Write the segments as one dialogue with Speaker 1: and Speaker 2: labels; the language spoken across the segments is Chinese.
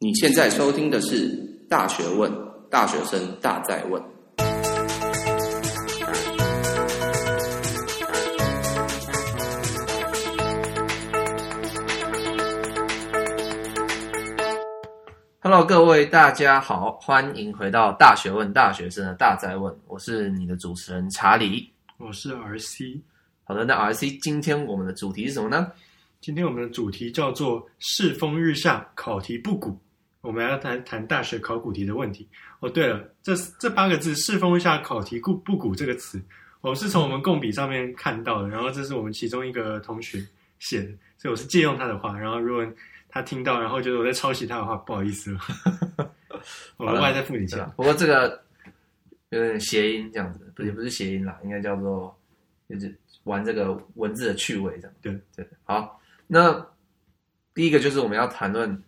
Speaker 1: 你现在收听的是《大学问》，大学生大在问。Hello，各位大家好，欢迎回到《大学问》，大学生的大在问，我是你的主持人查理。
Speaker 2: 我是 RC。
Speaker 1: 好的，那 RC，今天我们的主题是什么呢？
Speaker 2: 今天我们的主题叫做“世风日下，考题不古”。我们要谈谈大学考古题的问题。哦，对了，这这八个字“世风日下，考题不不古”这个词，我是从我们共笔上面看到的。然后这是我们其中一个同学写的，所以我是借用他的话。然后如果他听到，然后觉得我在抄袭他的话，不好意思了， 我
Speaker 1: 好
Speaker 2: 额
Speaker 1: 了
Speaker 2: 外再付你钱
Speaker 1: 对。啊不过这个有点谐音这样子，不也不是谐音啦，应该叫做就是玩这个文字的趣味这样。
Speaker 2: 对
Speaker 1: 对，好，那第一个就是我们要谈论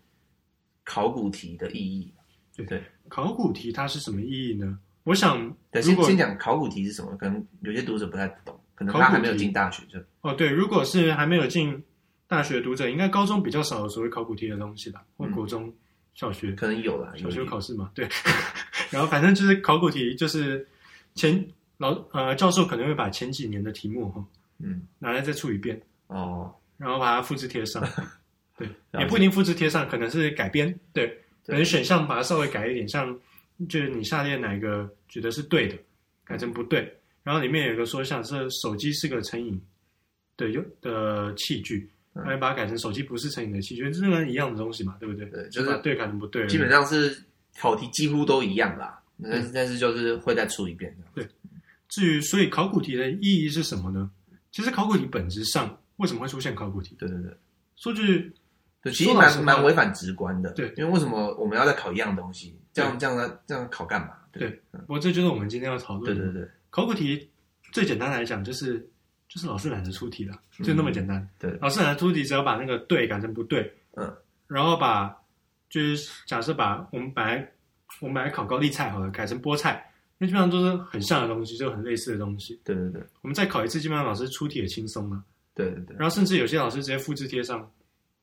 Speaker 1: 考古题的意义。
Speaker 2: 考古题它是什么意义呢？我想，
Speaker 1: 对，
Speaker 2: 如
Speaker 1: 先
Speaker 2: 果
Speaker 1: 先讲考古题是什么，可能有些读者不太懂，可能
Speaker 2: 考
Speaker 1: 他
Speaker 2: 古题
Speaker 1: 还没有进大学就
Speaker 2: 哦，对，如果是还没有进大学的读者，应该高中比较少有所谓考古题的东西吧，或
Speaker 1: 嗯
Speaker 2: 国中、小学、
Speaker 1: 可能有啦，
Speaker 2: 小
Speaker 1: 有
Speaker 2: 学
Speaker 1: 一点
Speaker 2: 考试嘛，对。 然后反正就是考古题，就是前老呃教授可能会把前几年的题目哈
Speaker 1: 嗯
Speaker 2: 拿来再出一遍，
Speaker 1: 哦，
Speaker 2: 然后把它复制贴 上，对，
Speaker 1: 了
Speaker 2: 也
Speaker 1: 解
Speaker 2: 不一定复制贴上，可能是改编，对，可
Speaker 1: 对
Speaker 2: 能选项把它稍微改一点，像就是你下列哪一个觉得是对的，改成不对，然后里面有一个说像是手机是个成瘾的用的器具，
Speaker 1: 嗯
Speaker 2: 然后把它改成手机不是成瘾的器具，这个一样的东西嘛，对不对？
Speaker 1: 对，就
Speaker 2: 就是把
Speaker 1: 是
Speaker 2: 对改成不对而已，
Speaker 1: 基本上是考题几乎都一样啦，但是但是就是会再出一遍这样。
Speaker 2: 至于所以考古题的意义是什么呢？其实考古题本质上为什么会出现考古题？
Speaker 1: 对对对。
Speaker 2: 说句
Speaker 1: 对，其实
Speaker 2: 说老实
Speaker 1: 蛮
Speaker 2: 话
Speaker 1: 蛮违反直观的。
Speaker 2: 对，
Speaker 1: 因为为什么我们要再考一样东西？这样这样呢这样考干嘛？
Speaker 2: 对我这就是我们今天要讨论的
Speaker 1: 对对对
Speaker 2: 考古题最简单来讲就是就是老师懒得出题了，
Speaker 1: 嗯
Speaker 2: 就那么简单。
Speaker 1: 对
Speaker 2: 老师懒得出题，只要把那个对改成不对，
Speaker 1: 嗯，
Speaker 2: 然后把就是假设把我们本来我们本来考高丽菜好了，改成菠菜，那基本上都是很像的东西，就很类似的东西。
Speaker 1: 对对对
Speaker 2: 我们再考一次，基本上老师出题也轻松了。
Speaker 1: 对对对，
Speaker 2: 然后甚至有些老师直接复制贴上，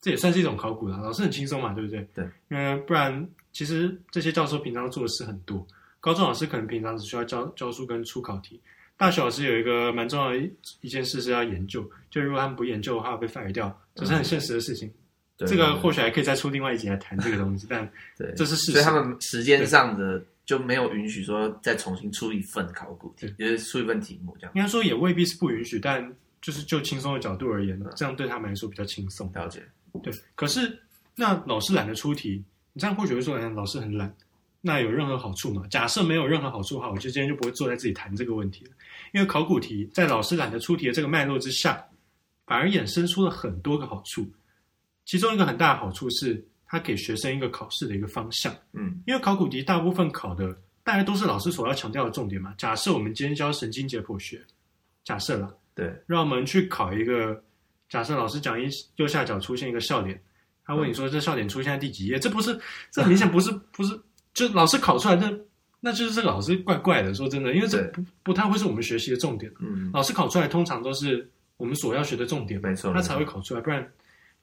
Speaker 2: 这也算是一种考古了。老师很轻松嘛，对不对？
Speaker 1: 对，
Speaker 2: 因为不然其实这些教授平常做的事很多，高中老师可能平常只需要教教书跟出考题，大学老师有一个蛮重要的一一件事是要研究，就如果他们不研究的话被 fire 掉，这是很现实的事情。
Speaker 1: 嗯对
Speaker 2: 这个或
Speaker 1: 许
Speaker 2: 许还可以再出另外一集来谈这个东西，但
Speaker 1: 对，
Speaker 2: 这是事
Speaker 1: 所以
Speaker 2: 实
Speaker 1: 他。们时间上的就没有允许说再重新出一份考古题，就是出一份题目这样。
Speaker 2: 应该说也未必是不允许，但就是就轻松的角度而言，这样对他们来说比较轻松。
Speaker 1: 了解，
Speaker 2: 对，可是那老师懒得出题，你这样或许会说，哎，老师很懒。那有任何好处吗？假设没有任何好处的话，我就今天就不会坐在这里谈这个问题了。因为考古题在老师懒得出题的这个脉络之下，反而衍生出了很多个好处。其中一个很大的好处是，它给学生一个考试的一个方向。
Speaker 1: 嗯，
Speaker 2: 因为考古题大部分考的大概都是老师所要强调的重点嘛。假设我们今天教神经解剖学，假设啦，
Speaker 1: 对，
Speaker 2: 让我们去考一个，假设老师讲一右下角出现一个笑脸，他问你说这笑脸出现在第几页？这不是，这明显不 是，不是，就老师考出来，那那就是这个老师怪怪的。说真的，因为这
Speaker 1: 对
Speaker 2: 不不太会是我们学习的重点。
Speaker 1: 嗯，
Speaker 2: 老师考出来通常都是我们所要学的重点，
Speaker 1: 没错
Speaker 2: 他才
Speaker 1: 没
Speaker 2: 会
Speaker 1: 错
Speaker 2: 考出来，不然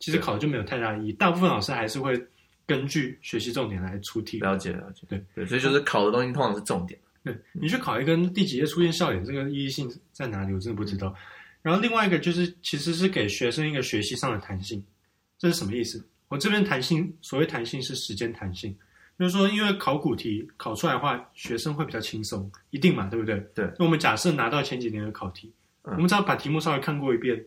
Speaker 2: 其实考的就没有太大意义。大部分老师还是会根据学习重点来出题。
Speaker 1: 了解了解，
Speaker 2: 对
Speaker 1: 对，所以就是考的东西通常是重点。
Speaker 2: 对 你去考一个第几页出现笑脸，这个意义性在哪里？我真的不知
Speaker 1: 嗯
Speaker 2: 道。然后另外一个就是，其实是给学生一个学习上的弹性，这是什么意思？我这边弹性，所谓弹性是时间弹性，就是说，因为考古题考出来的话，学生会比较轻松，一定嘛，对不对？
Speaker 1: 对。
Speaker 2: 那我们假设拿到前几年的考题，
Speaker 1: 嗯
Speaker 2: 我们只要把题目稍微看过一遍，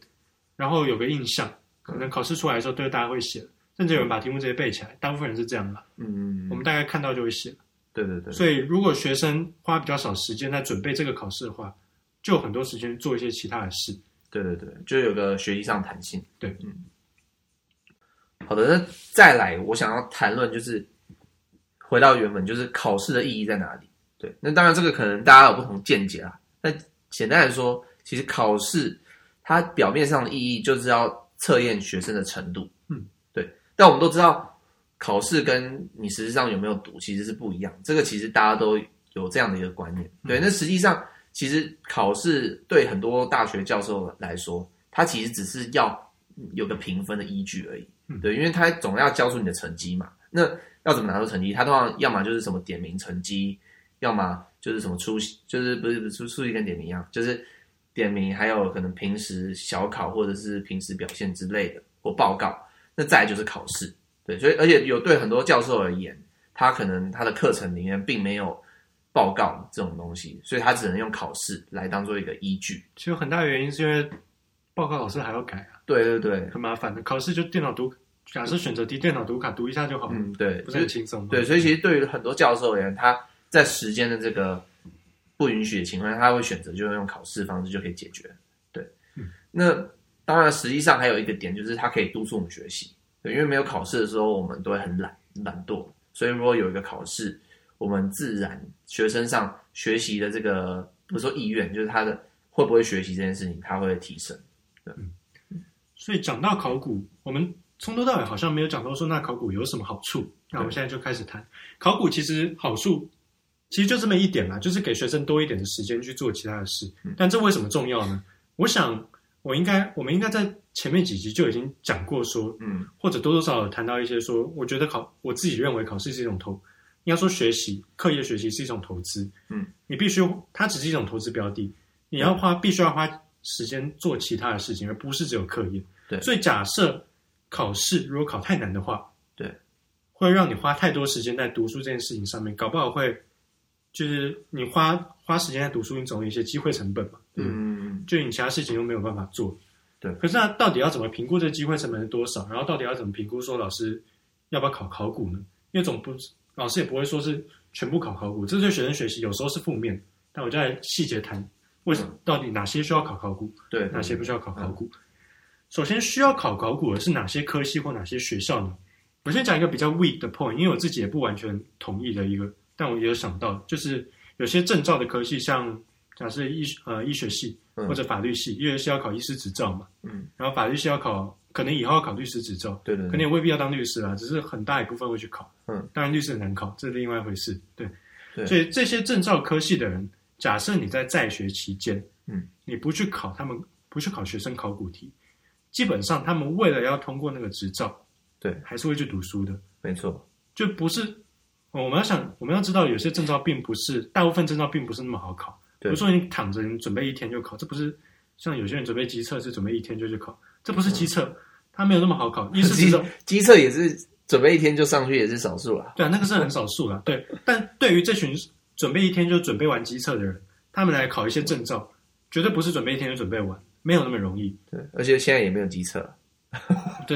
Speaker 2: 然后有个印
Speaker 1: 嗯
Speaker 2: 象，可能考试出来的时候，对大家会写，甚至有人把题目直接背起来，大部分人是这样的，
Speaker 1: 嗯，
Speaker 2: 我们大概看到就会写。
Speaker 1: 对对对，
Speaker 2: 所以，如果学生花比较少时间在准备这个考试的话，就有很多时间做一些其他的事。
Speaker 1: 对对对，就有个学习上弹性。
Speaker 2: 对，
Speaker 1: 嗯。好的，那再来，我想要谈论就是回到原本，就是考试的意义在哪里？对，那当然这个可能大家有不同见解啦。那简单来说，其实考试它表面上的意义就是要测验学生的程度。
Speaker 2: 嗯，
Speaker 1: 对。但我们都知道，考试跟你实际上有没有读其实是不一样。这个其实大家都有这样的一个观念。对，那实际上其实考试对很多大学教授来说，它其实只是要有个评分的依据而已
Speaker 2: 嗯。
Speaker 1: 对，因为它总要交出你的成绩嘛。那要怎么拿出成绩？他通常要么就是什么点名成绩，要么就是什么出席，就是不是不是出出席跟点名一样，就是点名，还有可能平时小考或者是平时表现之类的或报告。那再来就是考试，对，所以而且有对很多教授而言，他可能他的课程里面并没有报告这种东西，所以他只能用考试来当做一个依据。
Speaker 2: 其实有很大原因是因为报告老师还要改啊，
Speaker 1: 对对对，
Speaker 2: 很麻烦的。考试就电脑读，假设选择题电脑读卡读一下就好了，
Speaker 1: 嗯对，
Speaker 2: 不是很轻松吗？
Speaker 1: 对，所以其实对于很多教授而言，他在时间的这个不允许的情况下，他会选择就是用考试方式就可以解决。对，
Speaker 2: 嗯
Speaker 1: 那当然实际上还有一个点就是它可以督促我们学习，对，因为没有考试的时候我们都会很懒懒惰，所以如果有一个考试，我们自然学生上学习的这个不是说意愿，就是他的会不会学习这件事情，他会提升。
Speaker 2: 所以讲到考古，我们从头到尾好像没有讲到说那考古有什么好处。那我们现在就开始谈考古，其实好处其实就这么一点啦，就是给学生多一点的时间去做其他的事
Speaker 1: 嗯。
Speaker 2: 但这为什么重要呢？我想我应该我们应该在前面几集就已经讲过说，
Speaker 1: 嗯
Speaker 2: 或者多多少少有谈到一些说，我觉得考我自己认为考试是一种投，应该说学习课业学习是一种投资。
Speaker 1: 嗯，
Speaker 2: 你必须它只是一种投资标的，你要花必须要花时间做其他的事情，而不是只有课业。
Speaker 1: 对
Speaker 2: 所以假设考试如果考太难的话，
Speaker 1: 对，
Speaker 2: 会让你花太多时间在读书这件事情上面，搞不好会就是你花花时间在读书，你总有一些机会成本嘛。对不对
Speaker 1: 嗯，
Speaker 2: 就你其他事情又没有办法做。
Speaker 1: 对
Speaker 2: 可是那到底要怎么评估这个机会成本是多少？然后到底要怎么评估说老师要不要考考古呢？因为总不老师也不会说是全部考考古，这对学生学习有时候是负面。但我就来细节谈，为什么到底哪些需要考考古，
Speaker 1: 对，
Speaker 2: 哪些不需要考考古？首先需要考考古的是哪些科系或哪些学校呢？我先讲一个比较 weak 的 point，因为我自己也不完全同意的一个，但我也有想到，就是有些证照的科系，像假设医呃医学系
Speaker 1: 嗯
Speaker 2: 或者法律系，医学系要考医师执照嘛，
Speaker 1: 嗯，
Speaker 2: 然后法律系要考，可能以后要考律师执照，
Speaker 1: 对对
Speaker 2: 可能也未必要当律师啊，只是很大一部分会去考。
Speaker 1: 嗯，
Speaker 2: 当然律师很难考，这是另外一回事。对，
Speaker 1: 对
Speaker 2: 所以这些证照科系的人，假设你在在学期间，
Speaker 1: 嗯，
Speaker 2: 你不去考他们，不去考学生考古题，基本上他们为了要通过那个执照，
Speaker 1: 对，
Speaker 2: 还是会去读书的，
Speaker 1: 没错，
Speaker 2: 就不是。呃我们要想，我们要知道，有些证照并不是大部分证照并不是那么好考。比
Speaker 1: 对
Speaker 2: 如说你躺着，你准备一天就考，这不是像有些人准备机测是准备一天就去考，这不是机
Speaker 1: 嗯
Speaker 2: 测，它没有那么好 考。医师执
Speaker 1: 机
Speaker 2: 照
Speaker 1: 机测也是准备一天就上去也是少数啦。
Speaker 2: 对啊，那个是很少数啦。对，但对于这群准备一天就准备完机测的人，他们来考一些证照，绝对不是准备一天就准备完，没有那么容易。
Speaker 1: 对，而且现在也没有机测，
Speaker 2: 对，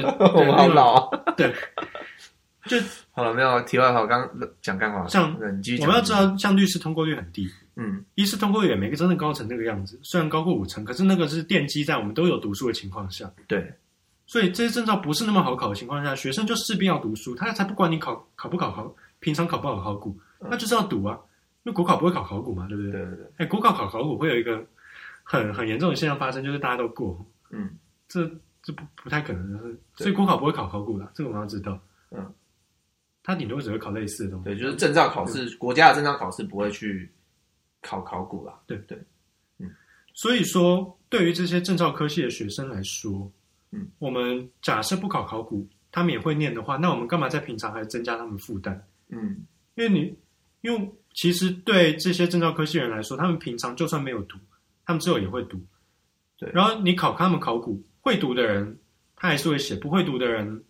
Speaker 1: 我
Speaker 2: 对
Speaker 1: 们好老。啊。
Speaker 2: 对，就
Speaker 1: 好了，没有题外话，我刚呃讲干话，
Speaker 2: 像
Speaker 1: 那你继续
Speaker 2: 我
Speaker 1: 讲。
Speaker 2: 们要知，道，像律师通过率很低，
Speaker 1: 嗯，
Speaker 2: 医师通过率也没真的高成那个样子，虽然高过五成，可是那个是奠基在我们都有读书的情况下，
Speaker 1: 对
Speaker 2: 所以这些证照不是那么好考的情况下，学生就势必要读书，他才不管你考考不考考，平常考不考考古，那就是要读啊，因为国考不会考考古嘛，对不对
Speaker 1: 对？对对，
Speaker 2: 哎，国考考考古会有一个很很严重的现象发生，就是大家都过，
Speaker 1: 嗯，
Speaker 2: 这这不不太可能的事，
Speaker 1: 对
Speaker 2: 所以国考不会考考古啦，这个我们要知道。
Speaker 1: 嗯，
Speaker 2: 他顶多只会考类似的东西。
Speaker 1: 对，就是证照考试，国家的证照考试不会去考考古啦。
Speaker 2: 所以说，对于这些证照科系的学生来说，
Speaker 1: 嗯，
Speaker 2: 我们假设不考考古，他们也会念的话，那我们干嘛在平常还增加他们负担？
Speaker 1: 嗯，
Speaker 2: 因为你，因为其实对这些证照科系人来说，他们平常就算没有读，他们之后也会读。
Speaker 1: 对
Speaker 2: 然后你考他们考古，会读的人他还是会写，不会读的人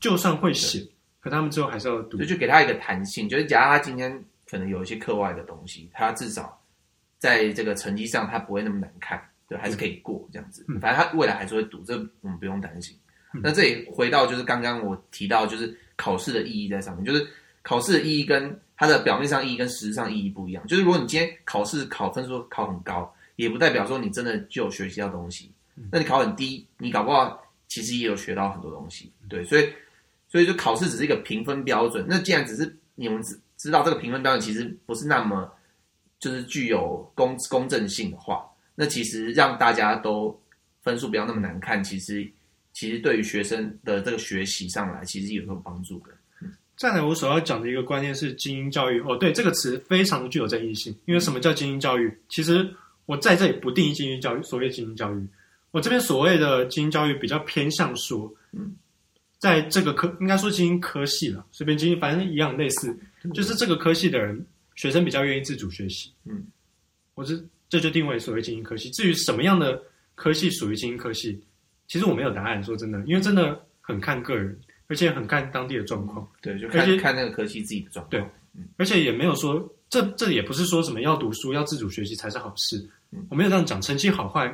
Speaker 2: 就就算会写，可他们之后还是要读
Speaker 1: 所以。就给他一个弹性，就是假如他今天可能有一些课外的东西，他至少在这个成绩上他不会那么难看，对，还是可以过这样子
Speaker 2: 嗯。
Speaker 1: 反正他未来还是会读，这我们不用担心
Speaker 2: 嗯。
Speaker 1: 那这里回到就是刚刚我提到，就是考试的意义在上面，就是考试的意义跟它的表面上意义跟实质上意义不一样。就是如果你今天考试考分数考很高，也不代表说你真的就有学习到东西
Speaker 2: 嗯。
Speaker 1: 那你考很低，你搞不好其实也有学到很多东西。对，所以所以就考试只是一个评分标准。那既然只是你们只知道这个评分标准其实不是那么就是具有公公正性的话，那其实让大家都分数不要那么难看，其实其实对于学生的这个学习上来，其实有所帮助的。
Speaker 2: 再来，我所要讲的一个观念是精英教育。哦，对，这个词非常具有争议性，因为什么叫精英教育？其实我在这里不定义精英教育，所谓精英教育，我这边所谓的精英教育比较偏向说，
Speaker 1: 嗯，
Speaker 2: 在这个科，应该说精英科系了，随便精英，反正一样类似，就是这个科系的人，学生比较愿意自主学习。
Speaker 1: 嗯，
Speaker 2: 我这这就定位所谓精英科系。至于什么样的科系属于精英科系，其实我没有答案。说真的，因为真的很看个人，而且很看当地的状况，
Speaker 1: 对，就
Speaker 2: 而且
Speaker 1: 看看那个科系自己的状况。嗯
Speaker 2: 而且也没有说这这也不是说什么要读书、要自主学习才是好事
Speaker 1: 嗯。
Speaker 2: 我没有这样讲，成绩好坏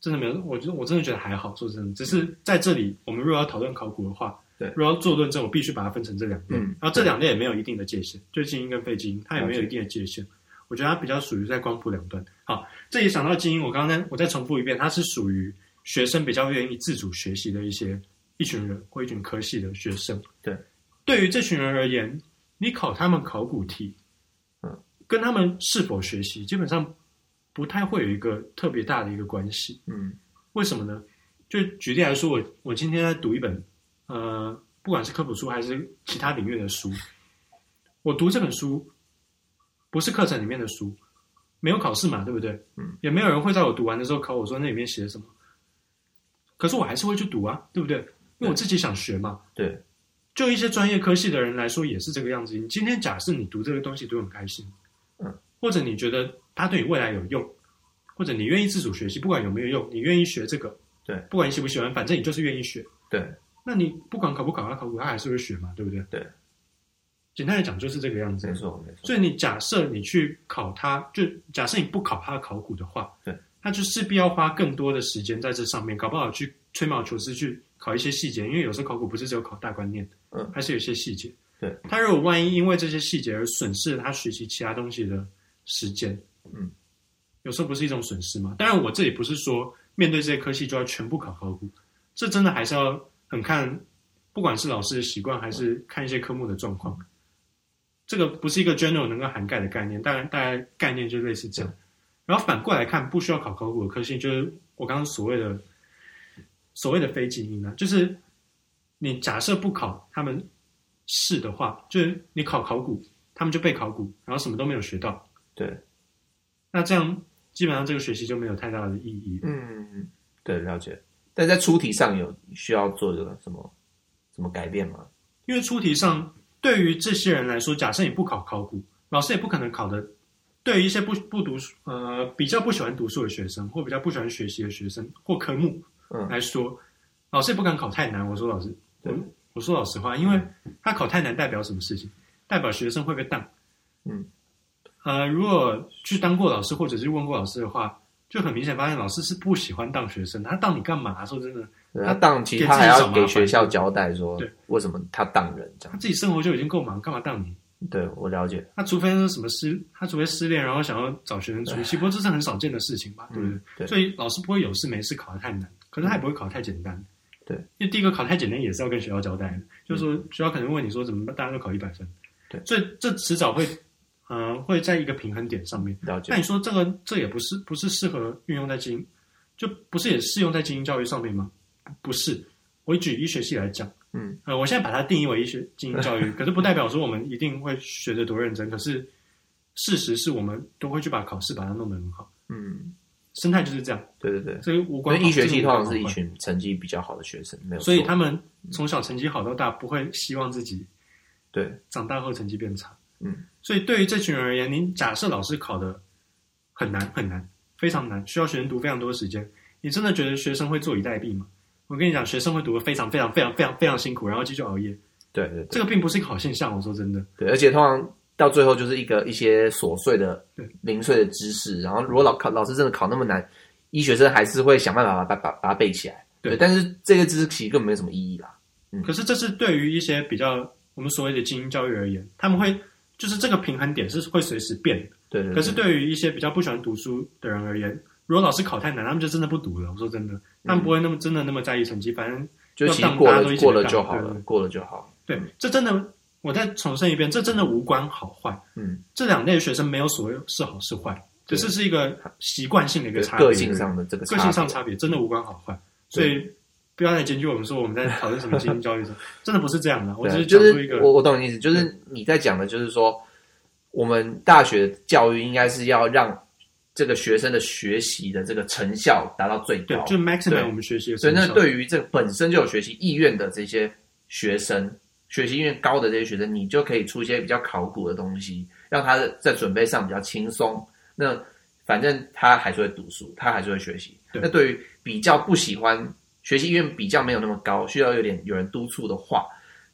Speaker 2: 真的没有，我觉得我真的觉得还好。说真的，只是在这里，我们如果要讨论考古的话，
Speaker 1: 对
Speaker 2: 如果要做论证，我必须把它分成这两类。
Speaker 1: 嗯
Speaker 2: 然后这两类也没有一定的界限，就是精英跟非精英，它也没有
Speaker 1: 了解
Speaker 2: 一定的界限。我觉得它比较属于在光谱两端。好，这里想到精英，我刚才我再重复一遍，它是属于学生比较愿意自主学习的一些一群人或一群科系的学生。
Speaker 1: 对，
Speaker 2: 对于这群人而言，你考他们考古题，
Speaker 1: 嗯，
Speaker 2: 跟他们是否学习基本上不太会有一个特别大的一个关系。
Speaker 1: 嗯
Speaker 2: 为什么呢？就举例来说，我我今天在读一本呃，不管是科普书还是其他领域的书，我读这本书不是课程里面的书，没有考试嘛，对不对？
Speaker 1: 嗯，
Speaker 2: 也没有人会在我读完的时候考我说那里面写了什么，可是我还是会去读啊，对不对？因为我自己想学嘛。
Speaker 1: 对，
Speaker 2: 就一些专业科系的人来说也是这个样子。你今天假设你读这个东西读得很开心，
Speaker 1: 嗯，
Speaker 2: 或者你觉得它对你未来有用，或者你愿意自主学习，不管有没有用，你愿意学这个，
Speaker 1: 对
Speaker 2: 不管你喜不喜欢，反正你就是愿意学。
Speaker 1: 对，
Speaker 2: 那你不管考不考他考古，他还是会学嘛，对不对？
Speaker 1: 对。
Speaker 2: 简单来讲就是这个样子
Speaker 1: 没。错没错。
Speaker 2: 所以你假设你去考他，就假设你不考他的考古的话，
Speaker 1: 对，
Speaker 2: 他就势必要花更多的时间在这上面，搞不好去吹毛求疵去考一些细节，因为有时候考古不是只有考大观念，
Speaker 1: 嗯，
Speaker 2: 还是有一些细节。
Speaker 1: 对，
Speaker 2: 他如果万一因为这些细节而损失了他学习其他东西的时间，
Speaker 1: 嗯，
Speaker 2: 有时候不是一种损失吗？当然，我这里不是说面对这些科系就要全部考考古，这真的还是要很看，不管是老师的习惯，还是看一些科目的状况。这个不是一个 general 能够涵盖的概念，当然，大概概念就类似这样。然后反过来看，不需要考考古的科系，就是我刚刚所谓的所谓的非精英啊，就是你假设不考他们是的话，就是你考考古，他们就被考古，然后什么都没有学到，
Speaker 1: 对，
Speaker 2: 那这样基本上这个学习就没有太大的意义。
Speaker 1: 嗯，对，了解。但在出题上有需要做这个什么什么改变吗？
Speaker 2: 因为出题上对于这些人来说，假设你不考考古，老师也不可能考的。对于一些不不读书呃比较不喜欢读书的学生，或比较不喜欢学习的学生或科目
Speaker 1: 嗯
Speaker 2: 来说，老师也不敢考太难。我说老师，我
Speaker 1: 对
Speaker 2: 我说老实话，因为他考太难代表什么事情？代表学生会被当。
Speaker 1: 嗯，
Speaker 2: 呃，如果去当过老师或者是问过老师的话，就很明显发现老师是不喜欢当学生的，他当你干嘛？说真的，
Speaker 1: 那当其他还要给学校交代说
Speaker 2: 对
Speaker 1: 为什么他当人这
Speaker 2: 他
Speaker 1: 样。
Speaker 2: 自己生活就已经够忙，干嘛当你？
Speaker 1: 对我了解，
Speaker 2: 他除非是什么失，他除非失恋，然后想要找学生出气，不过这是很少见的事情吧，对不对？
Speaker 1: 嗯，对
Speaker 2: 所以老师不会有事没事考得太难，可是他也不会考得太简单。
Speaker 1: 对，嗯
Speaker 2: 因为第一个考得太简单也是要跟学校交代的，就是说学校可能问你说怎么大家都考一百分，
Speaker 1: 对
Speaker 2: 所以这迟早会，呃，会在一个平衡点上面。
Speaker 1: 了
Speaker 2: 那
Speaker 1: 解
Speaker 2: 你，说这个这也不是不是适合运用在精英，就不是也适用在精英教育上面吗？不是，我举医学系来讲，
Speaker 1: 嗯，
Speaker 2: 呃，我现在把它定义为医学精英教育，可是不代表说我们一定会学得多认真，可是事实是我们都会去把考试把它弄得很好，
Speaker 1: 嗯，
Speaker 2: 生态就是这样，
Speaker 1: 对对对。
Speaker 2: 所以无
Speaker 1: 因
Speaker 2: 关
Speaker 1: 为医学
Speaker 2: 系
Speaker 1: 系通常是一群成绩比较好的学生，没有错。
Speaker 2: 所以他们从小成绩好到大，不会希望自己
Speaker 1: 对，
Speaker 2: 长大后成绩变差。
Speaker 1: 嗯，
Speaker 2: 所以对于这群人而言，您假设老师考的很难很难，非常难，需要学生读非常多时间，你真的觉得学生会坐以待毙吗？我跟你讲，学生会读的非常非常非常非常非常辛苦，然后继续熬夜，
Speaker 1: 对对
Speaker 2: 这
Speaker 1: 对
Speaker 2: 个并不是一个好现象。我说真的，
Speaker 1: 对，而且通常到最后就是一个一些琐碎的
Speaker 2: 对、
Speaker 1: 零碎的知识，然后如果老考老师真的考那么难，医学生还是会想办法把把把它背起来。
Speaker 2: 对
Speaker 1: 但是这些知识其实根本没有什么意义啦。
Speaker 2: 可是这是对于一些比较我们所谓的精英教育而言，他们会就是这个平衡点是会随时变的。
Speaker 1: 对对对
Speaker 2: 可是对于一些比较不喜欢读书的人而言，如果老师考太难，他们就真的不读了。我说真的，他们不会那么真的那么在意成绩，反正
Speaker 1: 就其
Speaker 2: 要
Speaker 1: 实
Speaker 2: 当
Speaker 1: 过
Speaker 2: 大家都一
Speaker 1: 了
Speaker 2: 起
Speaker 1: 过了
Speaker 2: 干
Speaker 1: 就好
Speaker 2: 对
Speaker 1: 了
Speaker 2: 对对，
Speaker 1: 过了就好。
Speaker 2: 对，这真的，我再重申一遍，这真的无关好坏。
Speaker 1: 嗯，
Speaker 2: 这两类学生没有所谓是好是坏，只
Speaker 1: 对
Speaker 2: 是是一个习惯性的一个
Speaker 1: 对
Speaker 2: 差别，
Speaker 1: 个性上的这个
Speaker 2: 个
Speaker 1: 别
Speaker 2: 性上差别，真的无关好坏。所以不要再检举我们说我们在讨论什么精英教育什么，真的不是这样的。我
Speaker 1: 对
Speaker 2: 只
Speaker 1: 啊
Speaker 2: 是
Speaker 1: 就
Speaker 2: 讲出
Speaker 1: 是
Speaker 2: 一个，
Speaker 1: 我我懂你意思，就是你在讲的，就是说我们大学教育应该是要让这个学生的学习的这个成效达到最
Speaker 2: 对
Speaker 1: 高，。
Speaker 2: 就 maximize
Speaker 1: 对
Speaker 2: 我们学习的
Speaker 1: 所以
Speaker 2: 成
Speaker 1: 那
Speaker 2: 效
Speaker 1: 对于这个本身就有学习意愿的这些学生，学习意愿高的这些学生，你就可以出一些比较考古的东西，让他在准备上比较轻松。那反正他还是会读书，他还是会学习。
Speaker 2: 对
Speaker 1: 那对于比较不喜欢学习意愿比较没有那么高，需要有点有人督促的话，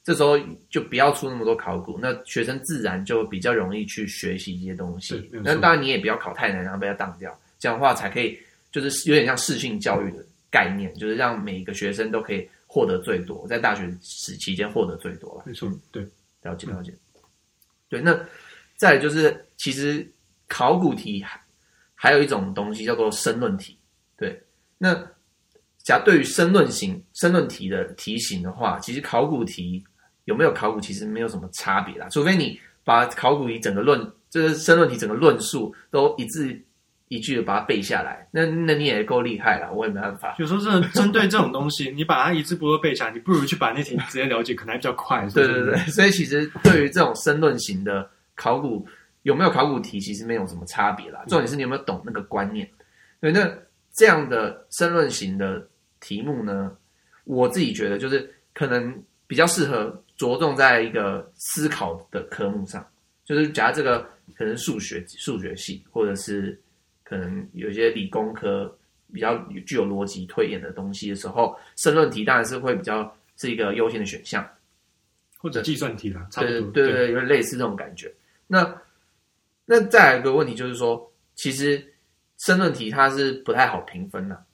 Speaker 1: 这时候就不要出那么多考古，那学生自然就比较容易去学习一些东西
Speaker 2: 对。没有
Speaker 1: 那
Speaker 2: 错
Speaker 1: 当然你也不要考太难，然后被他当掉，这样的话才可以，就是有点像视训教育的概念，就是让每一个学生都可以获得最多，在大学时期间获得最多了。
Speaker 2: 没错，对，
Speaker 1: 了解了解。对，那再来就是，其实考古题还还有一种东西叫做申论题。对，那假如对于申论型申论题的题型的话，其实考古题有没有考古其实没有什么差别啦，除非你把考古题整个论，就是申论题整个论述都一字一句的把它背下来，那那你也够厉害了，我也没办法。
Speaker 2: 有时候真的针对这种东西，你把它一字不漏背下，你不如去把那题直接了解，可能还比较快。
Speaker 1: 对
Speaker 2: 是不
Speaker 1: 对
Speaker 2: 是
Speaker 1: 对，，所以其实对于这种申论型的考古，有没有考古题其实没有什么差别
Speaker 2: 嗯
Speaker 1: 啦。重点是你有没有懂那个观念。对，那这样的申论型的题目呢，我自己觉得就是可能比较适合着重在一个思考的科目上，就是假如这个可能数学数学系，或者是可能有一些理工科比较具有逻辑推演的东西的时候，申论题当然是会比较是一个优先的选项。
Speaker 2: 或者计算题啦，差不
Speaker 1: 对
Speaker 2: 多。
Speaker 1: 对对，有点类似这种感觉。那那再来一个问题就是说，其实申论题它是不太好评分的、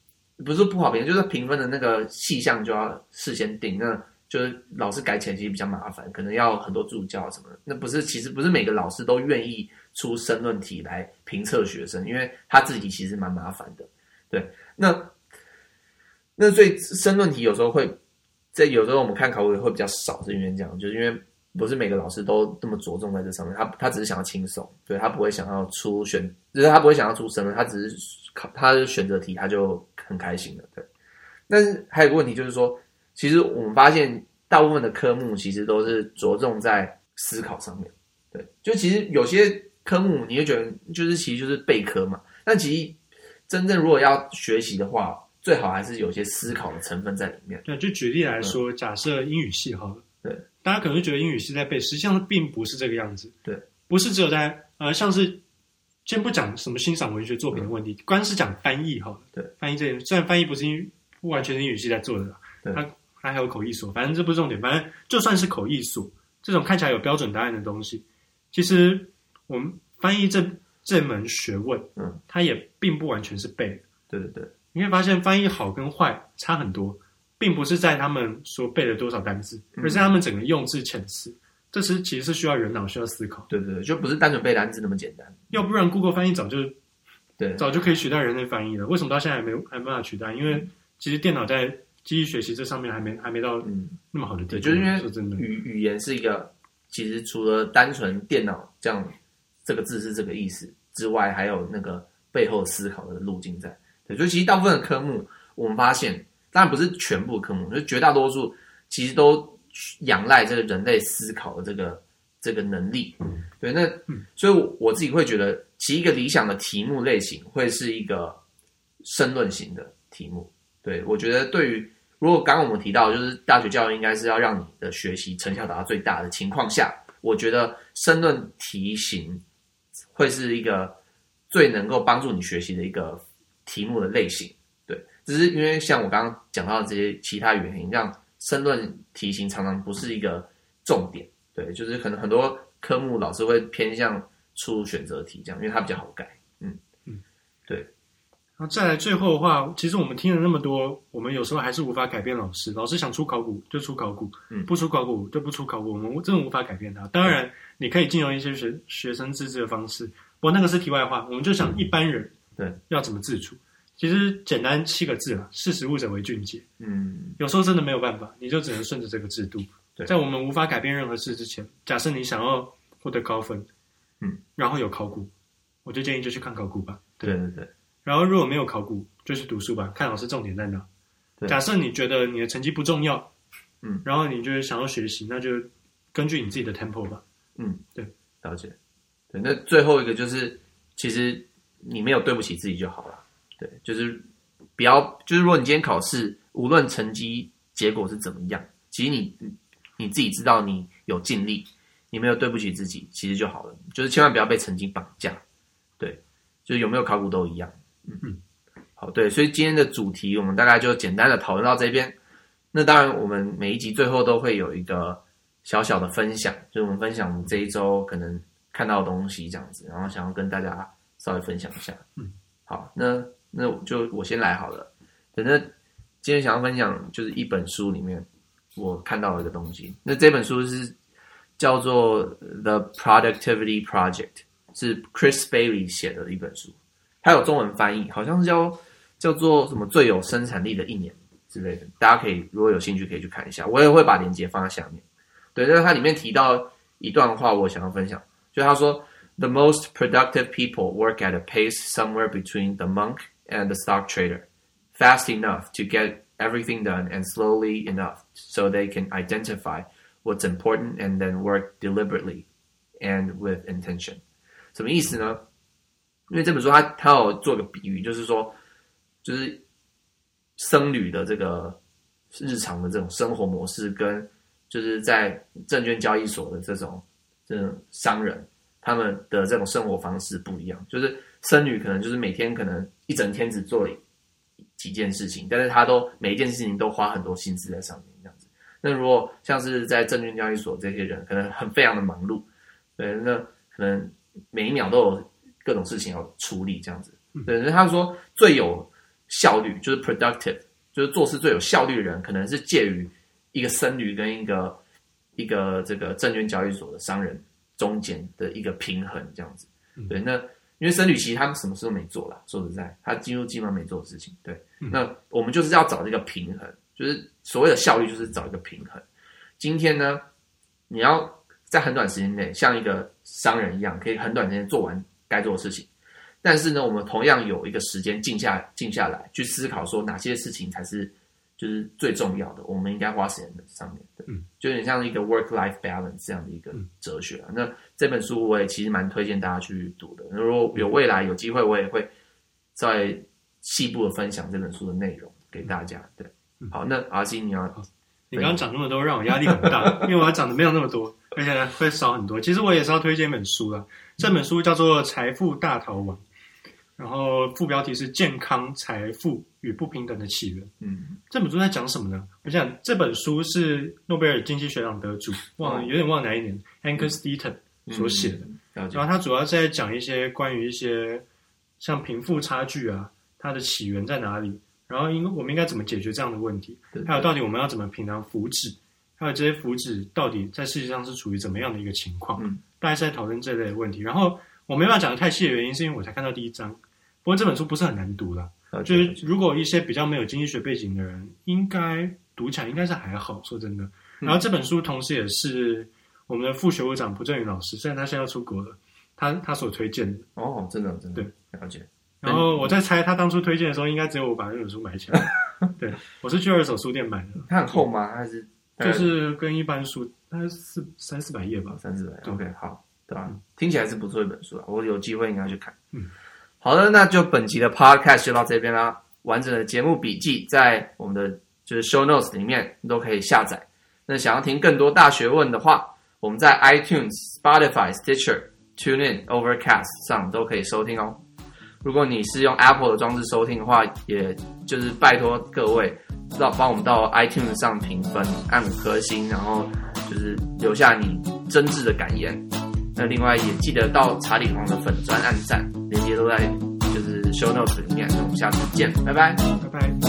Speaker 1: 不是不好评，就是评分的那个细项就要事先定，那就是老师改起来其实比较麻烦，可能要很多助教什么的。那不是，其实不是每个老师都愿意出申论题来评测学生，因为他自己其实蛮麻烦的。对，那那所以申论题有时候会。在有时候我们看考古也会比较少，是因为这样，就是因为不是每个老师都这么着重在这上面，他他只是想要轻松，对他不会想要出选，就是他不会想要出申论，他只是考他的选择题他就很开心了，对。但是还有一个问题就是说，其实我们发现大部分的科目其实都是着重在思考上面，对，就其实有些科目你会觉得就是其实就是备科嘛，但其实真正如果要学习的话，最好还是有些思考的成分在里面，嗯
Speaker 2: 对，就举例来说，假设英语系好了，
Speaker 1: 对，
Speaker 2: 大家可能会觉得英语系在背，实际上并不是这个样子，
Speaker 1: 对，
Speaker 2: 不是只有在呃，像是先不讲什么欣赏文学作品的问题，光是讲翻译好了，
Speaker 1: 嗯对，
Speaker 2: 翻译这虽然翻译不是英不完全是英语系在做的啦，
Speaker 1: 对
Speaker 2: 它它还有口译所，反正这不是重点，反正就算是口译所这种看起来有标准答案的东西，其实我们翻译这这门学问，
Speaker 1: 嗯，
Speaker 2: 它也并不完全是背的。
Speaker 1: 对对对。
Speaker 2: 你会发现翻译好跟坏差很多，并不是在他们说背了多少单词，
Speaker 1: 嗯
Speaker 2: 而是他们整个用字遣词。这是其实是需要人脑需要思考，
Speaker 1: 对对对，就不是单纯背单词那么简单。
Speaker 2: 要不然 Google 翻译早就
Speaker 1: 对
Speaker 2: 早就可以取代人类翻译了。为什么到现在还没有还没办法取代？因为其实电脑在机器学习这上面还没还没到
Speaker 1: 嗯，
Speaker 2: 那么好的地
Speaker 1: 对，
Speaker 2: 步。
Speaker 1: 就是因为
Speaker 2: 说真的，
Speaker 1: 语语言是一个，其实除了单纯电脑这样这个字是这个意思之外，还有那个背后思考的路径在。对，所以其实大部分的科目，我们发现，当然不是全部科目，就绝大多数其实都仰赖这个人类思考的这个这个能力。对，那
Speaker 2: 嗯
Speaker 1: 所以我我自己会觉得，其实一个理想的题目类型会是一个申论型的题目。对我觉得，对于如果刚刚我们提到，就是大学教育应该是要让你的学习成效达到最大的情况下，我觉得申论题型会是一个最能够帮助你学习的一个题目的类型。对，只是因为像我刚刚讲到的这些其他原因，让申论题型常常不是一个重点。对，就是可能很多科目老师会偏向出选择题这样，因为它比较好改。
Speaker 2: 然后再来最后的话，其实我们听了那么多，我们有时候还是无法改变老师。老师想出考古就出考古，
Speaker 1: 嗯
Speaker 2: 不出考古就不出考古，我们真的无法改变他。当然，你可以借用一些学学生自治的方式，不过那个是题外话。我们就想一般人
Speaker 1: 嗯对
Speaker 2: 要怎么自处，其实简单七个字啊，识时务者为俊杰。
Speaker 1: 嗯，
Speaker 2: 有时候真的没有办法，你就只能顺着这个制度
Speaker 1: 对。
Speaker 2: 在我们无法改变任何事之前，假设你想要获得高分，
Speaker 1: 嗯，
Speaker 2: 然后有考古，我就建议就去看考古吧。
Speaker 1: 对对对，
Speaker 2: 然后如果没有考古，就去读书吧，看老师重点在哪。
Speaker 1: 对
Speaker 2: 假设你觉得你的成绩不重要，
Speaker 1: 嗯，
Speaker 2: 然后你就是想要学习，那就根据你自己的 tempo 吧。
Speaker 1: 嗯，
Speaker 2: 对，
Speaker 1: 了解。对，那最后一个就是，其实你没有对不起自己就好了。对，就是不要，就是如果你今天考试，无论成绩结果是怎么样，其实你你你自己知道你有尽力，你没有对不起自己，其实就好了。就是千万不要被成绩绑架。对，就是有没有考古都一样。
Speaker 2: 嗯，
Speaker 1: 好，对，所以今天的主题我们大概就简单的讨论到这边。那当然，我们每一集最后都会有一个小小的分享，就是我们分享我们这一周可能看到的东西这样子，然后想要跟大家稍微分享一下。
Speaker 2: 嗯，
Speaker 1: 好，那那我就我先来好了。反正今天想要分享就是一本书里面我看到了一个东西，那这本书是叫做《The Productivity Project》，是 Chris Bailey 写的一本书，它有中文翻译，好像是叫叫做什么“最有生产力的一年”之类的，大家可以如果有兴趣可以去看一下，我也会把链接放在下面。对，但是它里面提到一段话，我想要分享，就他说：“The most productive people work at a pace somewhere between the monk and the stock trader, fast enough to get everything done and slowly enough so they can identify what's important and then work deliberately and with intention。”什么意思呢？因为这本书它它有做个比喻，就是说，就是僧侣的这个日常的这种生活模式，跟就是在证券交易所的这种这种商人他们的这种生活方式不一样。就是僧侣可能就是每天可能一整天只做几件事情，但是他都每一件事情都花很多心思在上面这样子。那如果像是在证券交易所这些人，可能很非常的忙碌，对，那可能每一秒都有各种事情要处理，这样子。对，所以他说最有效率就是 productive，就是做事最有效率的人，可能是介于一个僧侣跟一个一个这个证券交易所的商人中间的一个平衡，这样子。对，那因为僧侣其实他们什么事都没做啦，说实在，他几乎基本上没做的事情。对，那我们就是要找这个平衡，就是所谓的效率，就是找一个平衡。今天呢，你要在很短时间内像一个商人一样，可以很短时间做完该做的事情。但是呢，我们同样有一个时间静下静下来，去思考说哪些事情才是就是最重要的，我们应该花时间在上面。对，
Speaker 2: 嗯
Speaker 1: 就有点像一个 work life balance 这样的一个
Speaker 2: 嗯
Speaker 1: 哲学、啊。那这本书我也其实蛮推荐大家去读的。那如果有未来有机会，我也会再细部的分享这本书的内容给大家。对，
Speaker 2: 嗯
Speaker 1: 好，那阿金你要
Speaker 2: 你刚刚讲那么多，让我压力很 大，因为我要讲的没有那么多，而且呢会少很多。其实我也是要推荐一本书啦，这本书叫做《财富大逃亡》，然后副标题是“健康、财富与不平等的起源”。
Speaker 1: 嗯
Speaker 2: 这本书在讲什么呢？我想这本书是诺贝尔经济学奖得主，忘了有点忘了哪一年，Angus Deaton 所写的。
Speaker 1: 嗯了解
Speaker 2: 然后他主要在讲一些关于一些像贫富差距啊，它的起源在哪里，然后应我们应该怎么解决这样的问题
Speaker 1: 对，
Speaker 2: 还有到底我们要怎么平衡福祉，还有这些福祉到底在世界上是处于怎么样的一个情况，
Speaker 1: 嗯
Speaker 2: 大概是在讨论这类的问题。然后我没办法讲的太细的原因，是因为我才看到第一章，不过这本书不是很难读啦，
Speaker 1: 了
Speaker 2: 就
Speaker 1: 解
Speaker 2: 是如果一些比较没有经济学背景的人，应该读起来应该是还好，说真的。然后这本书同时也是我们的副学务长蒲正宇老师，虽然他现在要出国了，他他所推荐的。
Speaker 1: 哦，真的真的
Speaker 2: 对
Speaker 1: 了解。
Speaker 2: 然后我在猜，他当初推荐的时候，应该只有我把那本书买起来。对，我是去二手书店买的，
Speaker 1: 它很厚吗？还是
Speaker 2: 就是跟一般书大概四三四百页吧。
Speaker 1: 三四百
Speaker 2: 对
Speaker 1: ？OK，好，对吧、
Speaker 2: 嗯
Speaker 1: 听起来是不错一本书啊，我有机会应该去看。
Speaker 2: 嗯，
Speaker 1: 好的，那就本集的 Podcast 就到这边啦。完整的节目笔记在我们的就是 Show Notes 里面都可以下载。那想要听更多大学问的话，我们在 iTunes、Spotify、Stitcher、TuneIn、Overcast 上都可以收听哦。如果你是用 Apple 的装置收听的话，也就是拜托各位到帮我们到 iTunes 上评分，按五颗星，然后就是留下你真挚的感言。那另外也记得到查理王的粉砖按赞，链接都在就是 show notes 里面。那我们下次见，拜拜。
Speaker 2: 拜拜。